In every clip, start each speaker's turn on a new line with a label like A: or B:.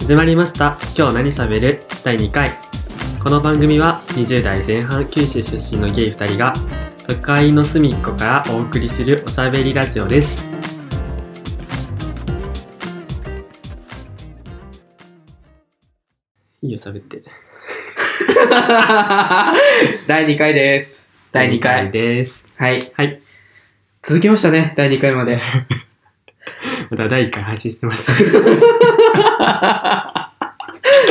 A: 始まりました「今日何喋る?」第2回この番組は20代前半九州出身のゲイ2人が都会の隅っこからお送りするおしゃべりラジオですいいよ喋って
B: 第2回です。第2回。
A: です
B: はい。
A: はい
B: 続きましたね、第2回まで。
A: また第1回配信してます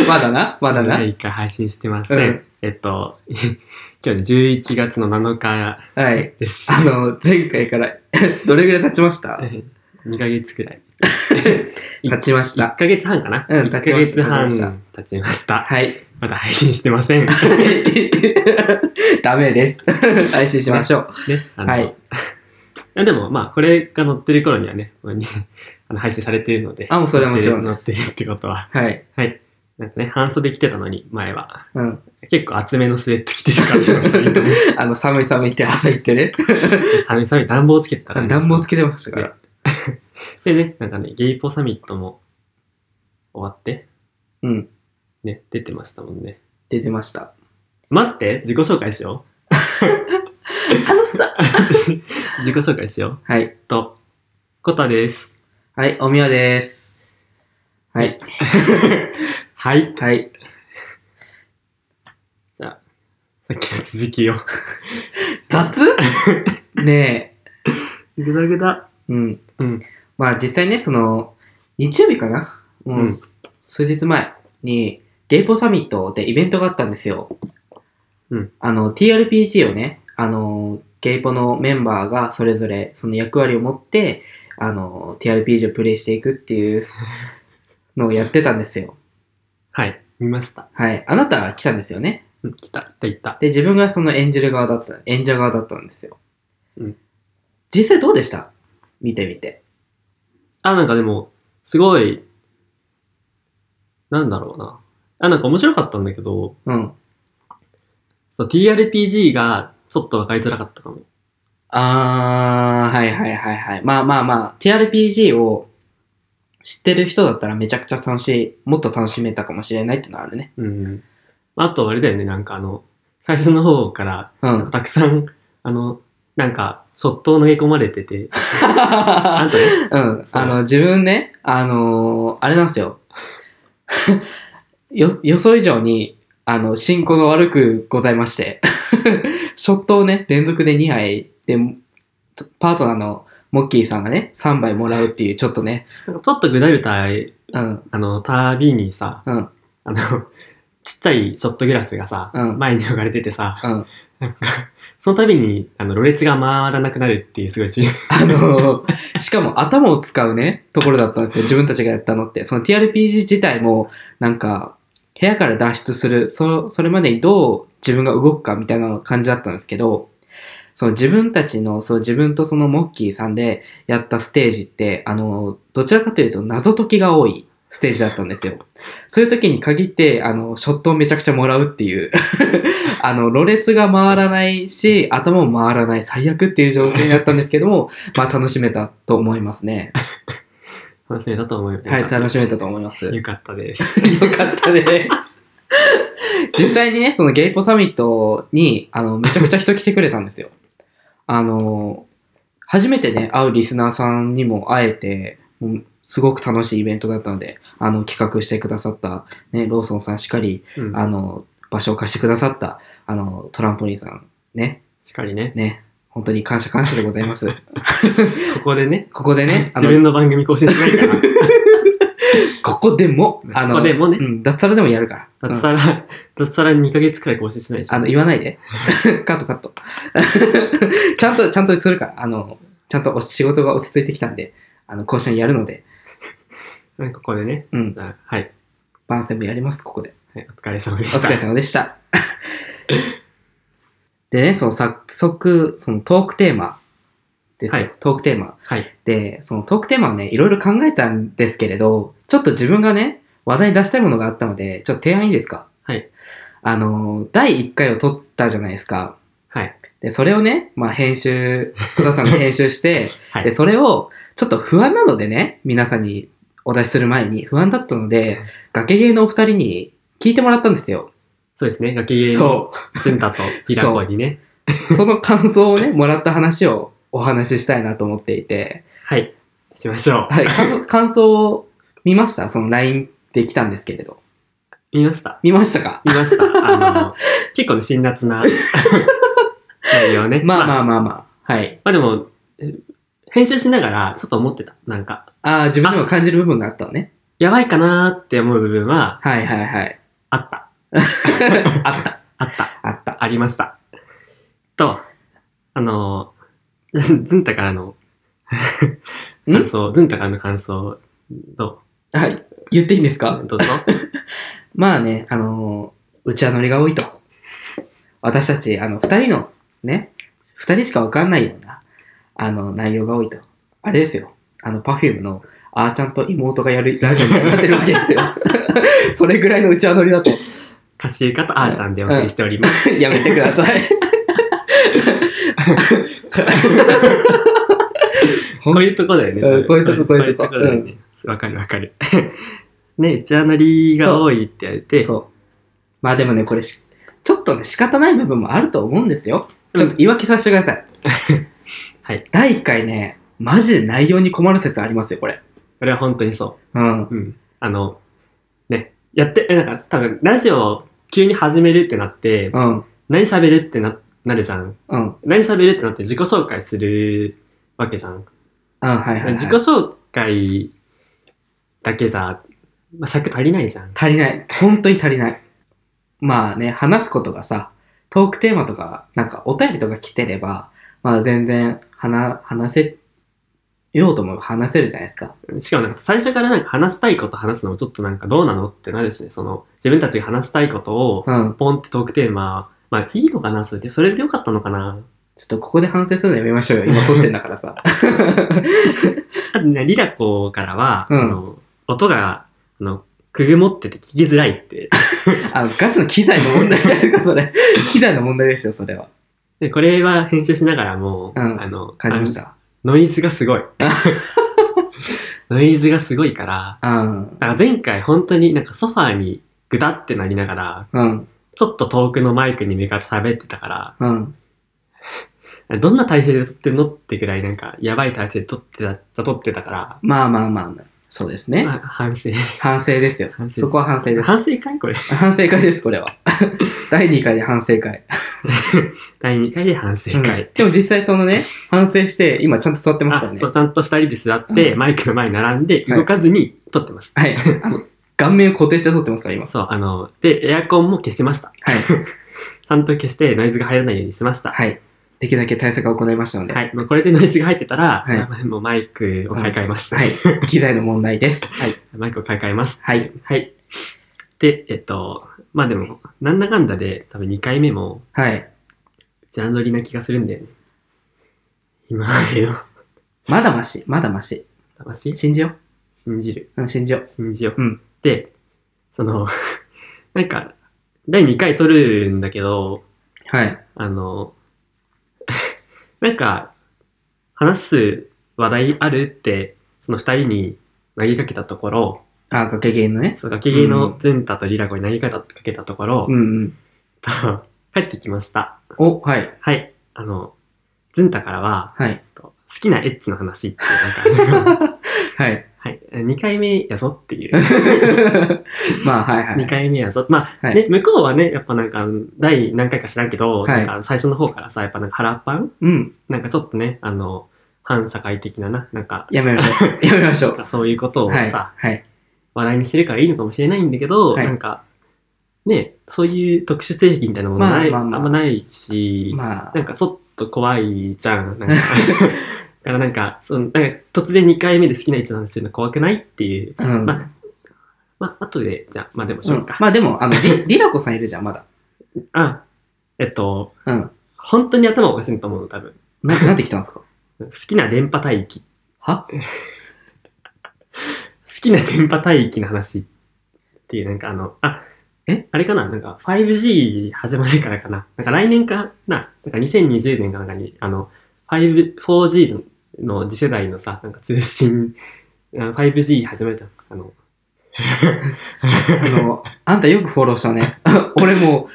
B: まだな、まだな。
A: 第1回配信してません、
B: うん
A: えっと 今日11月の7日
B: はい。
A: です
B: あの、前回から、 どれぐらい経ちました
A: 2ヶ月く らい
B: 経ちまし
A: 1
B: た。
A: ヶ月半かな、
B: うん
A: 1ヶ
B: 経ちまし
A: 月
B: た
A: 半経ちました。
B: はい。
A: まだ配信してません。ね、
B: ダメです。 安心しましょう。
A: あの、
B: はい
A: いやでもまあ、これが載ってる頃にはね、もうねあ の配信されているので、
B: あもうそれはもちろん
A: 載ってる載ってるってことは。
B: はい。
A: はい。なんかね、半袖着てたのに、前は。
B: うん。
A: 結構厚めのスウェット着てるから、 ね、
B: あの、寒い寒いって朝言って ね。
A: 寒い寒い暖房つけてたから、ね。
B: 暖房つけてましたから。
A: でね、なんかね、ゲイポサミットも終わって、
B: うん。
A: ね、出てましたもんね。
B: 出てました。
A: 待って、自己紹介しよ
B: あのさ。
A: う。私自己紹介しよう。
B: はい。
A: と、コタです。
B: はい、おみやです。はい。
A: はい。
B: はい。
A: さっきの続きを。
B: 雑 ね
A: ぐだぐだ。
B: え。うん。
A: うん。
B: まあ実際ね、その、日曜日かなもう、
A: うん
B: 数日前に、ゲイポサミットでイベントがあったんですよ。
A: うん。
B: あの、TRPG をね、あの、ゲイポのメンバーがそれぞれその役割を持って、あの、TRPG をプレイしていくっていう のをやってたんですよ。
A: はい。見ました。
B: はい。あなたは来たんですよね。
A: うん、来た、来た、来た。
B: で、自分がその演じる側だった、演者側だったんですよ。
A: うん
B: 実際どうでした見てみて。
A: あ、なんかでも、すごい、なんだろうな。あ、なんか面白かったんだけど、
B: うん。
A: そう TRPG がちょっと分かりづらかったかも。
B: あー、はいはいはいはい。まあまあまあ、TRPG を知ってる人だったらめちゃくちゃ楽しい、もっと楽しめたかもしれないっていうのはあるね。
A: うん。あと、あれだよね、なんかあの、最初の方から、
B: うん。
A: たくさん、あの、なんか、そっと投げ込まれてて、あ
B: あ
A: んたね、
B: うん。
A: そう
B: あの、自分ね、あのーあれなんですよ。 よ、予想以上に、あの、進行が悪くございまして。 ショットをね、連続で2杯で、とパートナーのモッキーさんがね、3杯もらうっていう、ちょっとね、
A: なんかちょっとぐだるた、あ
B: うん、
A: の、旅にさ、
B: うん、
A: あの、ちっちゃいショットグラスがさ、
B: うん
A: 前に置かれててさ、
B: うん。
A: なんか、 その度に、あの、ろれつが回らなくなるっていう、すごい 注意、
B: あのーしかも頭を使うね、ところだったんですよ。自分たちがやったのって。その TRPG 自体も、なんか、部屋から脱出する、そそれまでにどう自分が動くかみたいな感じだったんですけど、その自分たちの、そう自分とそのモッキーさんでやったステージって、あのー、どちらかというと謎解きが多いステージだったんですよ。そういう時に限って、あの、ショットをめちゃくちゃもらうっていう、 あの、ろれつが回らないし、頭も回らない最悪っていう状況になったんですけども、まあ楽しめたと思いますね。
A: 楽しめたと思うよ。
B: はい、楽
A: し
B: しめたと思います。よ
A: よかったです。
B: かっ たです。実際にね、そのゲイポサミットに、あの、めちゃくちゃ人来てくれたんですよ。あの、初めてね、会うリスナーさんにも会えて、もうすごく楽しいイベントだったので、あの、企画してくださった、ね、ローソンさんしかり、
A: うん、
B: あの、場所を貸してくださった、あの、トランポリンさん、ね、
A: しっかりね、
B: ね、本当に感謝感謝でございます。
A: ここでね、
B: ここでね、あ
A: 自
B: の
A: 分の番組更新し ないから、
B: ここでも、あの、
A: ここでもね
B: うん、脱サラでもやるから。
A: 脱サラ、脱サラ2ヶ月くらい更新しないでし
B: うん
A: ょ。
B: あの、言わないで。 カットカット。 ちゃんと、ちゃんとするから、あの、ちゃんとお仕事が落ち着いてきたんで、あの、更新やるので、
A: うんここでね、
B: うん、
A: あはい、
B: 番宣もやります、ここで。
A: はいお疲れ様で
B: お
A: し
B: 疲
A: た
B: れ。様でした。でね、その早速、そのトークテーマですよ、
A: はい
B: トークテーマ。
A: はい。
B: で、そのトークテーマをね、いろいろ考えたんですけれど、ちょっと自分がね、話題に出したいものがあったので、ちょっと提案いいですか
A: はい。
B: あの、第1回を撮ったじゃないですか。
A: はい。
B: で、それをね、まあ編集、久田さんが編集して、
A: はい
B: で、それを、ちょっと不安なのでね、皆さんにお出しする前に、不安だったので、崖芸のお二人に聞いてもらったんですよ。
A: そうですね。崖ゲーの
B: そ
A: ズンタと平子にね。
B: う。その感想をね、もらった話をお話ししたいなと思ってい て、
A: はい。しましょう。
B: はい、感感想を見ましたその LINE で来たんですけれど。
A: 見ました。
B: 見ましたか
A: 見ました。あ の、結構ね、辛辣な内容ね。
B: まあま
A: あ、
B: あまあまあ。はい。
A: まあでも、え編集しながらちょっと思ってた。なんか、
B: ああ、自分にも感じる部分があったのね。
A: やばいかなーって思う部分は
B: はいはい はい。
A: あった。
B: あった。
A: あった。
B: あった。
A: ありました。と、あの、 ズンタからの
B: ん
A: 感想、ズンタからの感想、ど
B: はい。言っていいんですか
A: うどうぞ。
B: まあね、あのーうちはノリが多いと。私たち、あの、二人の、ね、二人しかわかんないような、あの、内容が多いと。あれですよ。あの、パフュームの、あーちゃんと妹がやるラジオになってるわけですよ。 それぐらいのうちはノリだと。
A: 歌集家とあーちゃんでお送りしており ます。
B: やめてください。
A: こういうとこだよね。
B: うん
A: 多分
B: こういうとここういうとこ
A: だよね。わかるわかる。 ね、うちわのりが多いって言われて、
B: そう。まあでもね、これし、ちょっとね、仕方ない部分もあると思うんですよ。
A: うん
B: ちょっと言い訳させてください。
A: はい。
B: 第1回ね、マジで内容に困る説ありますよ、これ。
A: これは本当にそ
B: うん。
A: う。うん。あの、ね、やって、えなんか多分、ラジオ急に始めるってなって、
B: うん。
A: 何喋るってな、なるじゃん。
B: うん。うん、
A: 何喋るってなって自己紹介するわけじゃん。
B: はいはい、はい。
A: 自己紹介だけじゃ、まあ、尺足りないじゃん。
B: 足りない。本当に足りない。まあね、話すことがさ、トークテーマとか、なんかお便りとか来てれば、まあ全然、話、話せ、ようとも話せるじゃないですか。
A: しかもなんか最初からなんか話したいこと話すのもちょっとなんかどうなのってなるしね、その自分たちが話したいことを
B: うん。
A: ポンってトークテーマ、まあいいのかなそれで、それでよかったのかな
B: ちょっとここで反省するのやめましょうよ。今撮ってんだからさ。
A: あとね、リラコからは、
B: うん
A: あの音が、あの、くぐもってて聞きづらいって。
B: あの、ガチの機材の問題じゃないですか、それ。機材の問題ですよ、それは。
A: で、これは編集しながらも、
B: うん
A: あの、
B: 感じまし
A: あ
B: た。
A: のノイズがすごい。 ノイズがすごいから、
B: うん。
A: だから前回本当になんかソファーにグダってなりながら、
B: うん。
A: ちょっと遠くのマイクに向かって喋ってたか
B: うん。
A: ら、どんな体勢で撮ってんのってぐらいなんか、やばい体勢で撮ってた、じゃ撮ってたから、
B: まあまあまあまあ。そうですね。
A: まあ反省。
B: 反省ですよ
A: 反。省
B: そこは反省です。
A: 反省会これ。
B: 反省会です、これは。 第2回で反省会。
A: 第2回で反省
B: うん
A: 会。
B: でも実際そのね、反省して、今ちゃんと座ってますから
A: あ
B: ね
A: そ。うちゃんと2人で座って、マイクの前に並んで
B: はい
A: 動かずに撮ってます、
B: はい。あの、顔面を固定して撮ってますから、今。
A: そうあのでエアコンも消しました
B: はい。
A: ちゃんと消してノイズが入らないようにしましたは
B: はい。できるだけ対策を行いましたの
A: い、
B: で。
A: まあ、これでノイズが入ってたら、
B: はい
A: それはもうマイクを買い替えます、
B: はい。機材の問題です。はい。
A: マイクを買い替えます
B: はい。
A: はいでえっとまあでもなんだかんだで多分2回目も
B: はい。
A: ジャンドリな気がするんだよね今までの
B: まだまし、まだまし。
A: 魂
B: 信じよ
A: 信じる
B: う。うん、信じよう。
A: 信じよう、
B: うん
A: でその なんか第2回撮るんだけど
B: はい。
A: あの、なんか、話す話題あるって、その二人に投げかけたところ、
B: あ、崖ゲーのね。
A: そう、ガキゲのズンタとリラコに投げかけたところ、
B: うんうん。
A: と帰ってきました。
B: お、はい。
A: はい。あの、ズンタからは、
B: はい。
A: と好きなエッチの話っていう、なん か、
B: はい。
A: はい、2回目やぞっていう。
B: まあ、はいは
A: 2
B: い。
A: 回目やぞ。まあ、
B: はい
A: ね、向こうはね、やっぱなんか、第何回か知らんけど、
B: はい
A: なんか最初の方からさ、やっぱなんか腹パン
B: うん。
A: なんかちょっとね、あの、反社会的なな、なんか、
B: やめましょ う。やめましょ
A: なん
B: う。
A: かそういうことをさ、
B: はい。はい。
A: 話題にしてるからいいのかもしれないんだけど、
B: はい
A: なんか、ね、そういう特殊正義みたいなものない、
B: ま
A: あ
B: あまあまあ
A: んまないし、
B: まあ
A: なん、かちょっと怖いじゃ ん。なんかだからなんか、そのなんか突然2回目で好きな位置なんでするの怖くないっていう。
B: うん。
A: まあ、まあ、後で、じゃあ、まあでもし
B: う
A: ようんか。
B: まあでも、あの、り、りらこさんいるじゃん、まだ。
A: あ、えっと、
B: うん。
A: 本当に頭おかしいと思うの、多分。
B: な、なんて来たんですか
A: 好きな電波帯域。
B: は
A: 好きな電波帯域の話っていう、なんかあの、あ、えあれかななんか 5G 始まるからかななんか来年かななんか2020年かなんかに、あの、5 4G の次世代のさ、なんか通信、あ 5G 始まるじゃん。あの、
B: あの、あんたよくフォローしたね。 俺も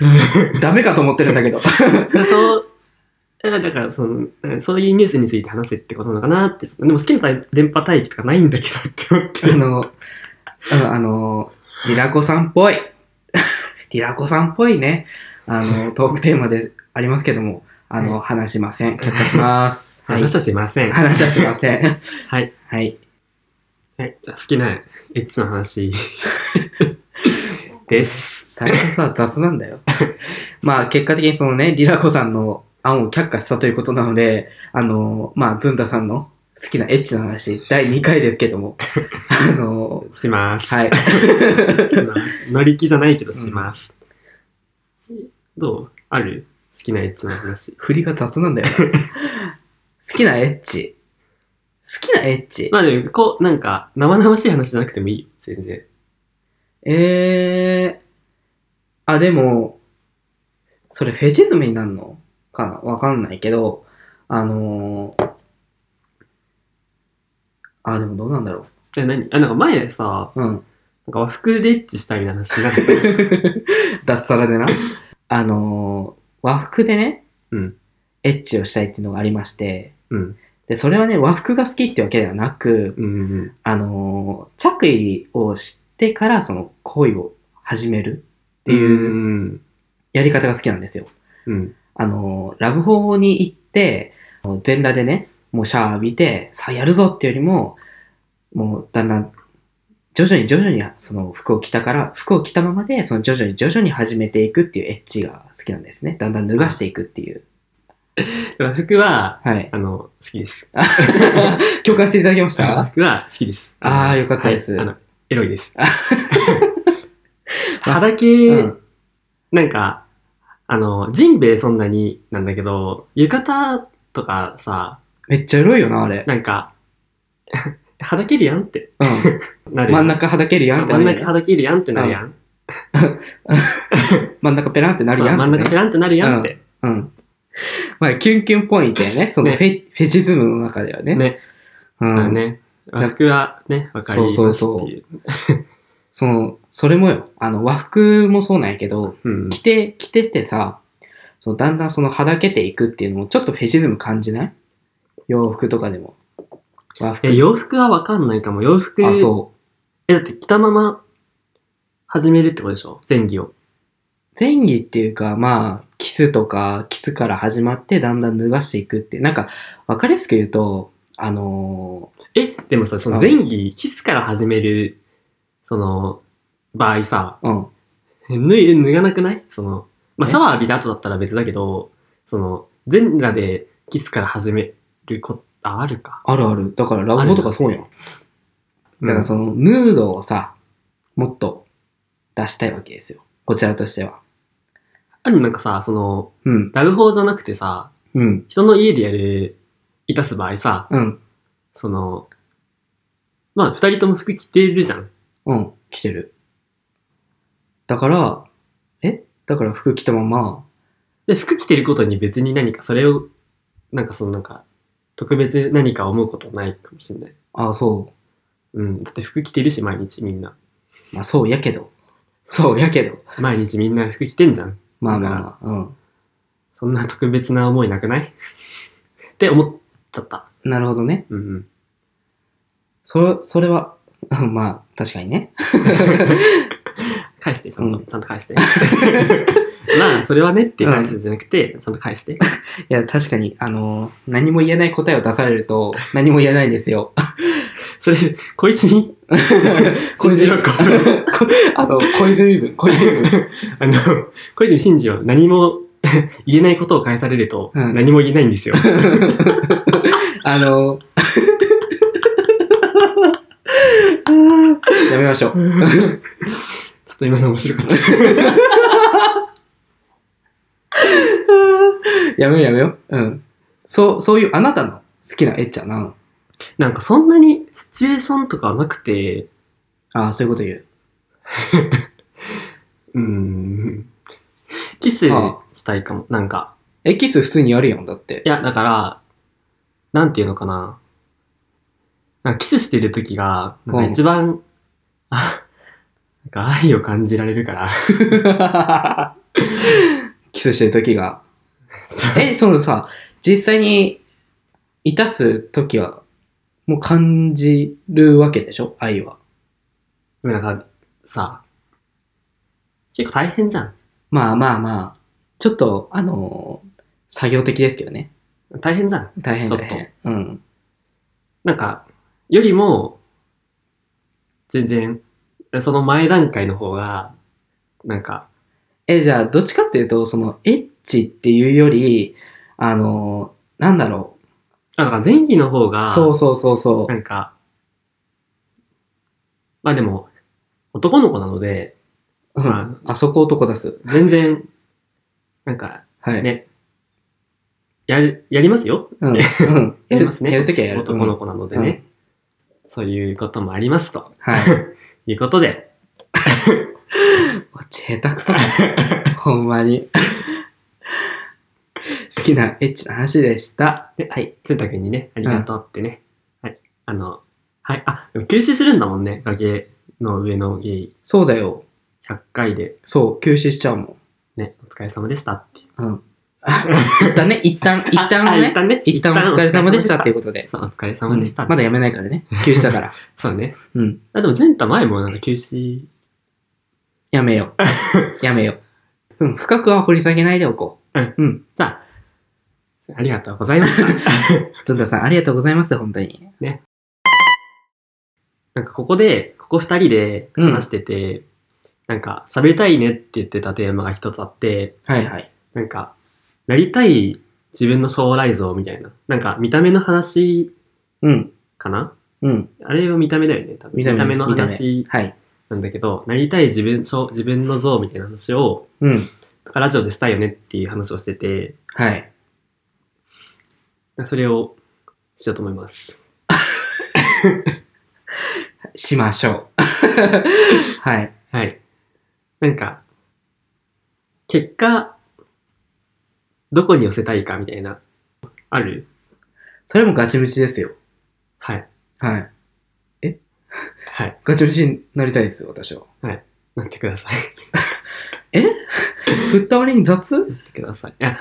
B: う、ダメかと思ってるんだけど。
A: そう、あだからその、そういうニュースについて話せってことなのかなって、ちょっとでも好きな電波帯域とかないんだけどって思って
B: あ。の、うんあの、リラコさんっぽい。 リラコさんっぽいね。あの、トークテーマでありますけども、あの、話しません。却下します。はい。
A: 話はしません。はい。
B: 話はしません。
A: はい。
B: はい。
A: じゃあ好きなエッチの話です。
B: 最初さ、雑なん だよ。まあ、結果的にそのね、リラコさんの案を却下したということなので、あの、まあ、ズンダさんの好きなエッチな話、第2回ですけ ども、あの、
A: し ます。
B: はい。
A: します。乗り気じゃないけどします。どうある好きなエッチの話。
B: 振りが雑な んだよ。好きなエッチ。好きなエッチ。
A: まあでも、こう、なんか、生々しい話じゃなくてもいいよ。全然。
B: ええあ、でも、それフェチズムになるのかなわかんないけど、あのーあ、でもどうなんだろ
A: じゃあ何あ、なんか前さ、
B: う。うん。
A: なんか和服でエッチしたみたいな話になってた
B: 脱サラでな。あのー和服でね、
A: うん。
B: エッチをしたいっていうのがありまして、
A: うん。
B: で、それはね、和服が好きってわけではなく、
A: うんうん。
B: あのー着衣をしてからその行為を始めるっていう
A: うん。
B: やり方が好きなんですよ。
A: うん。
B: あの、ラブホに行って、もう全裸でね、もうシャワー浴びて、さあやるぞっていうよりも、もうだんだん、徐々に徐々にその服を着たから、服を着たままで、その徐々に徐々に始めていくっていうエッジが好きなんですね。だんだん脱がしていくっていう。
A: 和服は、
B: はい。
A: あの、好きです。
B: 共感していただきまし
A: 和
B: た
A: 服は好きです。
B: あーよかったです
A: はいあの、エロいです。肌系、
B: うん
A: なんか、あの、ジンベエそんなになんだけど、浴衣とかさ、
B: めっちゃエロいよな、あれ。
A: なんか、 はだけるやんって
B: うん。
A: なる
B: 真ん中はだけるやんって
A: 真
B: なん
A: 中
B: るやん。
A: はだけるやんってなるやん。
B: 真ん中ペランってなるやん。
A: そう真ん中ペランってなるやんって。
B: うん。まあ、キュンキュンポイントやね。その
A: ね
B: フェ,、フェチズムの中ではね。
A: ね。
B: う。
A: うんん、ね。枠はね、わかりますってい
B: そう
A: う。
B: そうそうその、それもよ。あの、和服もそうなんやけど、
A: うん
B: 着て、着ててさ、そのだんだんその、はだけていくっていうのも、ちょっとフェチズム感じない洋服とかでも。和服。
A: え、洋服はわかんないかも。洋服、
B: あ、そう。
A: え、だって着たまま始めるってことでしょ前儀を。
B: 前儀っていうか、まあ、キスとか、キスから始まって、だんだん脱がしていくっていう。なんか、わかりやすく言うと、あの
A: え、でもさ、その前儀、キスから始める、その、場合さ、
B: ーうん。
A: 脱い、脱がなくないその、まあ、
B: え
A: シャワー浴びた後だったら別だけど、その、全裸でキスから始めること、あ、あるか。
B: あるある。だから、ラブホとかそうやん。だからそのヌードをさ、もっと出したいわけですよ。こちらとしては。
A: あるなんかさ、その、
B: うん、
A: ラブホじゃなくてさ、
B: うん、
A: 人の家でやる、いたす場合さ、
B: うん、
A: その、まあ、二人とも服着てるじゃん。
B: うん、来てる。だから、えだから服着たまま、
A: で、服着てることに別に何か、それを、なんかそのなんか、特別何か思うことないかもしれない。
B: ああ、そ
A: うん。だって服着てるし、毎日みんな。
B: う。まあそうやけど。 そうやけど。
A: 毎日みんな服着てんじゃん。
B: まあまあまあ、うん。
A: そんな特別な思いなくない って思っちゃった。
B: なるほどね。
A: うんうん。
B: それ、それは、 まあ、確かにね。
A: 返して、ちゃんと、
B: うん
A: ちゃんと返して。 まあ、それはねって返すじゃなくて、ちゃんと返して。
B: いや、確かに、あのー何も言えない答えを出されると、何も言えないんですよ。
A: それ、小泉、信じろこ
B: あの、小泉文、小泉文。
A: あの、小泉進次は何も 言えないことを返されると、
B: うん
A: 何も言えないんですよ。
B: あの、 やめましょう。
A: ちょっと今の面白かった。
B: いやめようやめよう。うん。そう、そういうあなたの好きなエッチャーなの。
A: なんかそんなにシチュエーションとかはなくて、
B: ああ、そういうこと言う。
A: うーん。キスしたいかも。なんか、
B: え、キス普通にやるやん、だって
A: い。や、だから、なんていうのかな。なんかキスしてる時が、なんか一番、 あ、なんか愛を感じられるから。
B: キスしてる時が。え、そのさ、実際に、いたす時は、もう感じるわけでしょ愛は。
A: なんかさ、結構大変じゃん。
B: まあまあまあ、ちょっと、あのー作業的ですけどね。
A: 大変じゃん。
B: 大変
A: ちょ
B: 大
A: っと
B: 変。うん。
A: なんか、よりも、全然、その前段階の方が、なんか、
B: え、じゃあ、どっちかっていうと、その、エッチっていうより、あのーなんだろ
A: あなんか前期の方
B: う。
A: が、
B: そうそうそうそう。
A: なんか、まあでも、男の子なので、
B: うん
A: ま
B: あそこ男出す。
A: 全然、なんか、
B: はい。
A: ね、やる、やりますよ。
B: うん。うん
A: やりますね。
B: やるときはやる。
A: 男の子なのでね、そういうこともありますと。
B: うん。はい。
A: いうことで、
B: 落ち下手 くそ。ほんまに。好きなエッチな話でした。
A: で、はい、つんたくんにね、ありがとうってね。はい、あの、はい、あ、でも休止するんだもんね、崖の上のゲイ
B: そうだよ。
A: 100回で、
B: そう、休止しちゃ うもん。
A: ね、お疲れ様でしたっていう。
B: うん。一旦ね、一旦、一旦
A: あ
B: は
A: あ
B: ね
A: 一。旦ね、
B: 一旦お疲れ様でしたっていう
A: こ
B: ことで。
A: そう、お疲れ様でした
B: う
A: って。
B: んまだやめないからね。休止だ から。
A: そうね。
B: うん。
A: あ、でも、前太前もなんか休止、
B: やめよ う。やめよう。うん。深くは掘り下げないでおこ
A: う
B: う。
A: ん
B: うん。
A: じゃあ、ありがとうございま した。
B: ずんたさん、ありがとうございます、本当に。
A: なんか、ここで、ここ二人で話してて、なんか、喋りたいねって言ってたテーマが一つあって、
B: はいはい。
A: なんか、なりたい自分の将来像みたいな。なんか、見た目の話
B: うん。
A: かな
B: うん。
A: あれは見た目だよね、多分見た目の
B: 見
A: 話
B: た目はい。
A: なんだけど、なりたい自分そう自分の像みたいな話を、
B: うん。
A: なんかラジオでしたいよねっていう話をしてて、
B: はい。
A: それをしようと思います。
B: しましょう。 はい。
A: はい。なんか、結果、どこに寄せたいかみたいな、ある
B: それもガチムチですよ。
A: はい。
B: はい。
A: はい。
B: ガチムチになりたいです、私は。
A: なってください。
B: 振った割に雑
A: なってください。いや、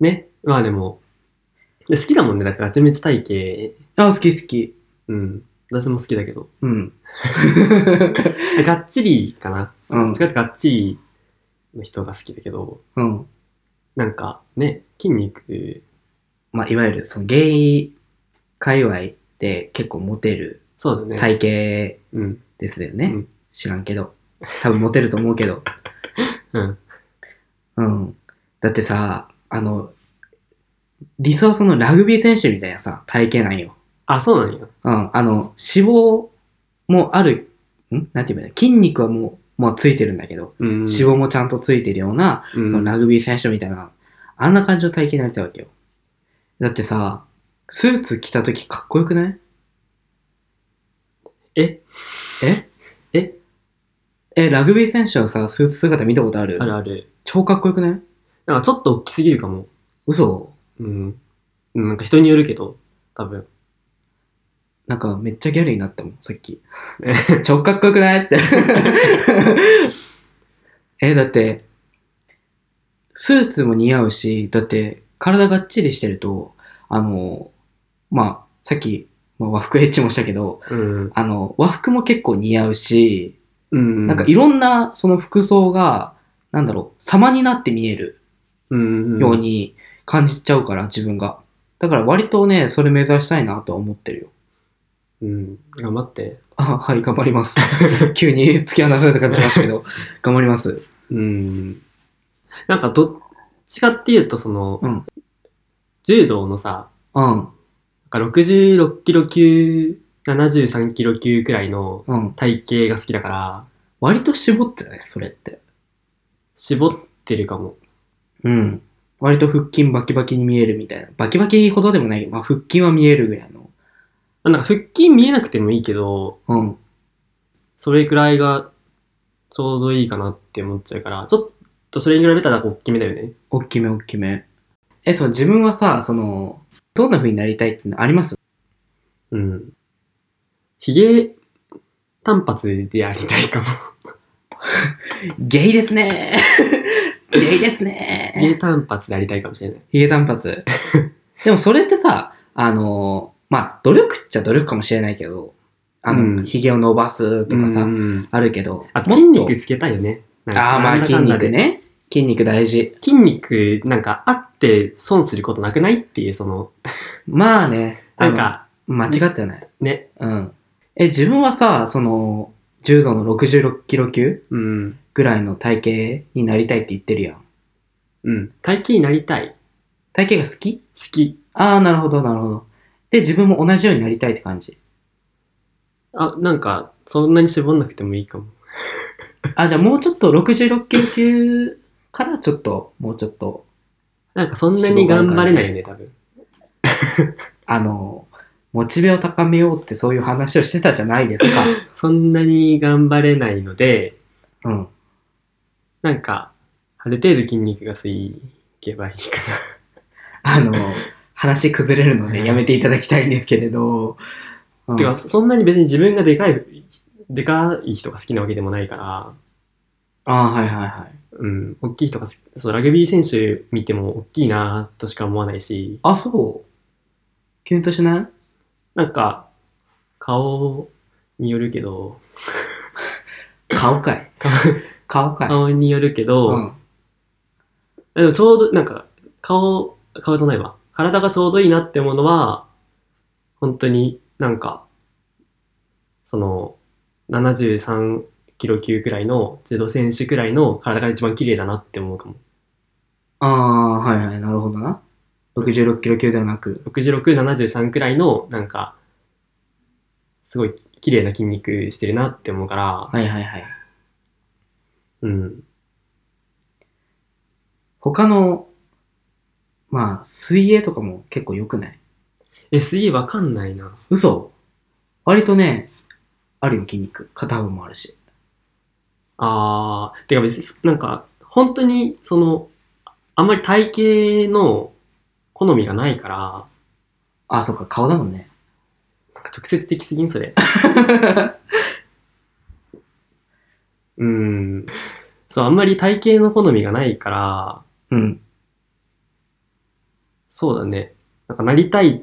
A: ね。まあでも、で好きだもんね。だからガチムチ体系。
B: あ、好き好き。
A: うん。私も好きだけど。
B: うん。
A: がっちりかな。
B: う
A: ど
B: ん
A: っち。かってがっちりの人が好きだけど、
B: うん。
A: なんかね、筋肉、
B: まあ、いわゆる、その、ゲイ界隈で結構モテる
A: そうだよね。
B: 体型
A: うん。
B: ですよね。
A: うん
B: 知らんけど。多分モテると思うけど。
A: うん。
B: うん。だってさ、あの、理想はそのラグビー選手みたいなさ、体型なんよ。
A: あ、そうなんや。
B: うん、あの、脂肪もある、んなんて言うの筋肉はもう、もうついてるんだけど、
A: うん。
B: 脂肪もちゃんとついてるような、
A: う
B: その
A: ん。
B: ラグビー選手みたいな、あんな感じの体型になりたいわけよ。だってさ、スーツ着た時かっこよくない
A: え
B: え
A: え
B: え、ラグビー選手のさ、スーツ姿見たことある
A: あるある。
B: 超かっこよくない
A: なんかちょっと大きすぎるかも。
B: 嘘
A: うん。うんなんか人によるけど、多分。
B: なんかめっちゃギャルになったもん、さっき。 超かっこよくないって。 え、だって、スーツも似合うし、だって、体がっちりしてると、あの、まあ、さっき、まあ、和服エッチもしたけど、
A: うん。
B: あの、和服も結構似合うし、
A: うん。
B: なんかいろんなその服装が、なんだろう、様になって見える
A: うん、
B: ように感じちゃうから、自分が。だから割とね、それ目指したいなとは思ってるよ。
A: うん。頑張って。
B: あ、はい、頑張ります。 急に突き放された感じしましたけ ど、頑張ります。
A: うん。なんかどっちかっていうと、その、
B: うん
A: 柔道のさ、
B: うん、
A: なんか66キロ級、73キロ級くらいの
B: うん。
A: 体型が好きだから、
B: 割と絞ってない、それって。
A: 絞ってるかも。
B: うん。割と腹筋バキバキに見えるみたいな。バキバキほどでもないけど、まあ、腹筋は見えるぐらいの。
A: あなんか腹筋見えなくてもいいけど、
B: うん。
A: それくらいがちょうどいいかなって思っちゃうから、ちょっとそれに比べたら大きめだよね。
B: 大きめ大きめ。え、そう、自分はさ、その、どんな風になりたいっていうのあります
A: うん。ひげ単発でやりたいかも。
B: ゲイで すねゲイですね
A: ひげ単発でやりたいかもしれない。
B: ヒゲ 単発。でもそれってさ、あのーまあ、努力っちゃ努力かもしれないけど、あの、
A: うん
B: ヒゲを伸ばすとかさ、
A: うん
B: あるけど、
A: あと
B: もっ
A: 筋
B: と
A: 肉つけたいよね。なんか
B: ああ、ま
A: な
B: あ
A: んだ
B: 筋
A: かんだ
B: 肉
A: で。
B: ね。筋肉大事。
A: 筋肉なんかあって損することなくないっていう、その、
B: まあね。あ
A: な
B: の
A: んか
B: 間違ってはない。
A: ね、
B: うん。え、自分はさ、その、柔道の66キロ級
A: うん、
B: ぐらいの体型になりたいって言ってるやん。
A: うん、体型になりたい。
B: 体型が好き
A: 好き。
B: ああ、なるほど、なるほど。で、自分も同じようになりたいって感じ。
A: あ、なんか、そんなに絞んなくてもいいかも。
B: あ、じゃあもうちょっと66キロ級からちょっと、もうちょっと、
A: なんかそんなに頑張れないよね、多分。
B: あの、モチベを高めようってそういう話をしてたじゃないですか。
A: そんなに頑張れないので、
B: うん。
A: なんか、ある程度筋肉がついけばいいか
B: あの、話崩れるのでやめていただきたいんですけれど。う
A: な。
B: ん
A: てか、そんなに別に自分がでかい、でかい人が好きなわけでもないから、
B: あーはいはいはい。
A: うん、大きい人が好き、そう、ラグビー選手見ても大きいなとしか思わないし、
B: あ、そう。キュンとしない
A: なんか、顔によるけど、
B: 顔かい。
A: 顔
B: 顔かい。
A: 顔によるけど、
B: うん。
A: でもちょうど、なんか、顔、顔じゃないわ。体がちょうどいいなってものは、本当になんか、その、73キロ級くらいの柔道選手くらいの体が一番綺麗だなって思うかも。
B: ああ、はいはい、なるほどな。66キロ級ではなく。
A: 66、73くらいの、なんか、すごい綺麗な筋肉してるなって思うから、
B: はいはいはい。
A: うん。
B: 他の、まあ、水泳とかも結構良くない
A: え、水泳わかんないな。
B: 嘘割とね、あるよ、筋肉。肩幅もあるし。
A: あー、てか別に、なんか、本当に、その、あんまり体型の好みがないから、
B: あ、そっか、顔だもんね。
A: なんか直接的すぎん、それ。うん。そう、あんまり体型の好みがないから、
B: うん。
A: そうだね。なんかなりたいっ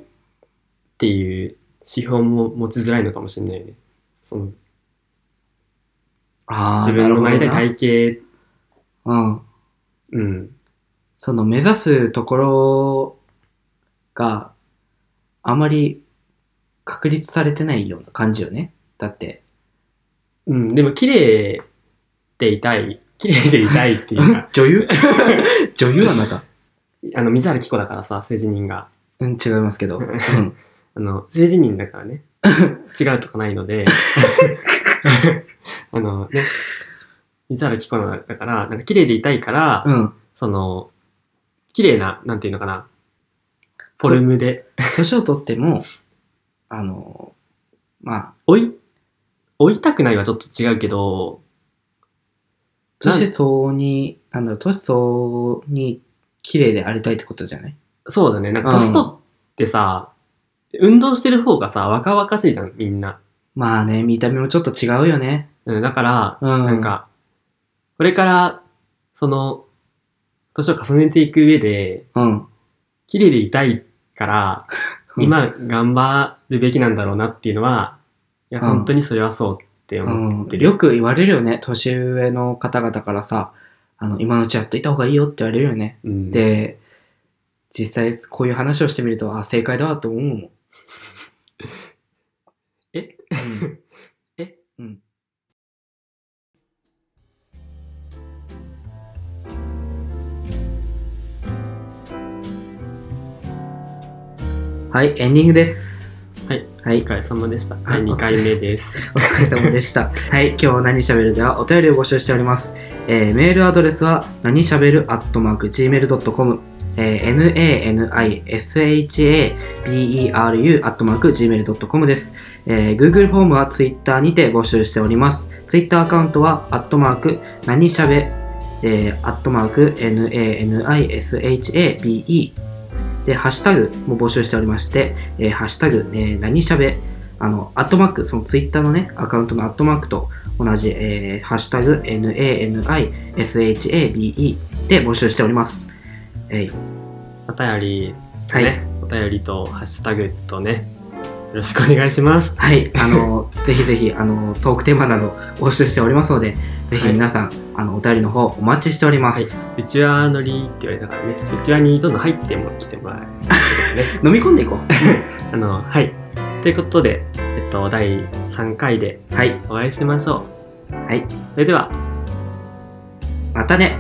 A: ていう指標も持ちづらいのかもしれないよね。その
B: ああ、
A: 自分のなりたい
B: るほどな
A: 体型、
B: うん。
A: うん。
B: その目指すところがあまり確立されてないような感じよね。だって、、
A: うん、でも綺麗でいたい。綺麗でいたいっていうか
B: 女優女優あなた。
A: あの、水原希子だからさ、政治人が。
B: うん、違いますけど。うん。
A: あの、政治人だからね。 違うとかないの で。 あのね、水原希子だから、なんか綺麗でいたいから、
B: うん。
A: その、綺麗な、なんていうのかな、フォルムで、
B: 年を取っても、あの、まあ、
A: 追い、追いたくないはちょっと違うけど、なん
B: 年相応に、なんだろう、年相応に綺麗でありたいってことじゃない
A: そうだね、なんか
B: うん
A: 年取ってさ、運動してる方がさ、若々しいじゃん、みんな。
B: まあね、見た目もちょっと違うよね。
A: うんだから、
B: うん。
A: なん。か、これから、その、年を重ねていく上で、
B: うん。
A: 綺麗でいたい から、
B: うん
A: 今頑張るべきなんだろうなっていうのは、いや、
B: うん
A: 本当にそれはそうって
B: う
A: 思
B: ん
A: って、る。
B: よく言われるよね、年上の方々からさ、あの、今のうちやっといた方がいいよって言われるよね。
A: うん、
B: で、実際こういう話をしてみると、あ、正解だわって思うもん。
A: え
B: うん
A: え
B: うん。はい、エンディングです。
A: はい。
B: はい
A: お。疲れ様でした。
B: は
A: はいい、2回目です。
B: お疲れ様でした。はい、今日何喋るではお便りを募集しております。えーメールアドレスは何喋る at mark gmail.com、ええー nanishaberu.gmail.com です、えー Google フォームは Twitter にて募集しております Twitter アカウントはアットマーク何しゃべえー、アットマーク NANISHABE で、ハッシュタグも募集しておりまして、えーハッシュタグ、えー何しゃべあの、アットマーク、そのツイッターのね、アカウントのアットマークと同じ、えーハッシュタグ、NANISHABE で募集しております。えい
A: お便りと
B: は
A: ね、
B: い。
A: お便りとハッシュタグとね、よろしくお願いします。
B: はい。あの、ぜひぜひ、あの、トークテーマなど 募集しておりますので、ぜひ皆さん、あの、お便りの方お待ちしております。
A: うちわのりって言われたからね、うちわにどんどん入っても来てもらえるね。
B: 飲み込んでいこう。
A: あの、はい。ということで、えっと、第3回で
B: はい。
A: お会いしましょう。
B: はい。
A: それでは、
B: またね。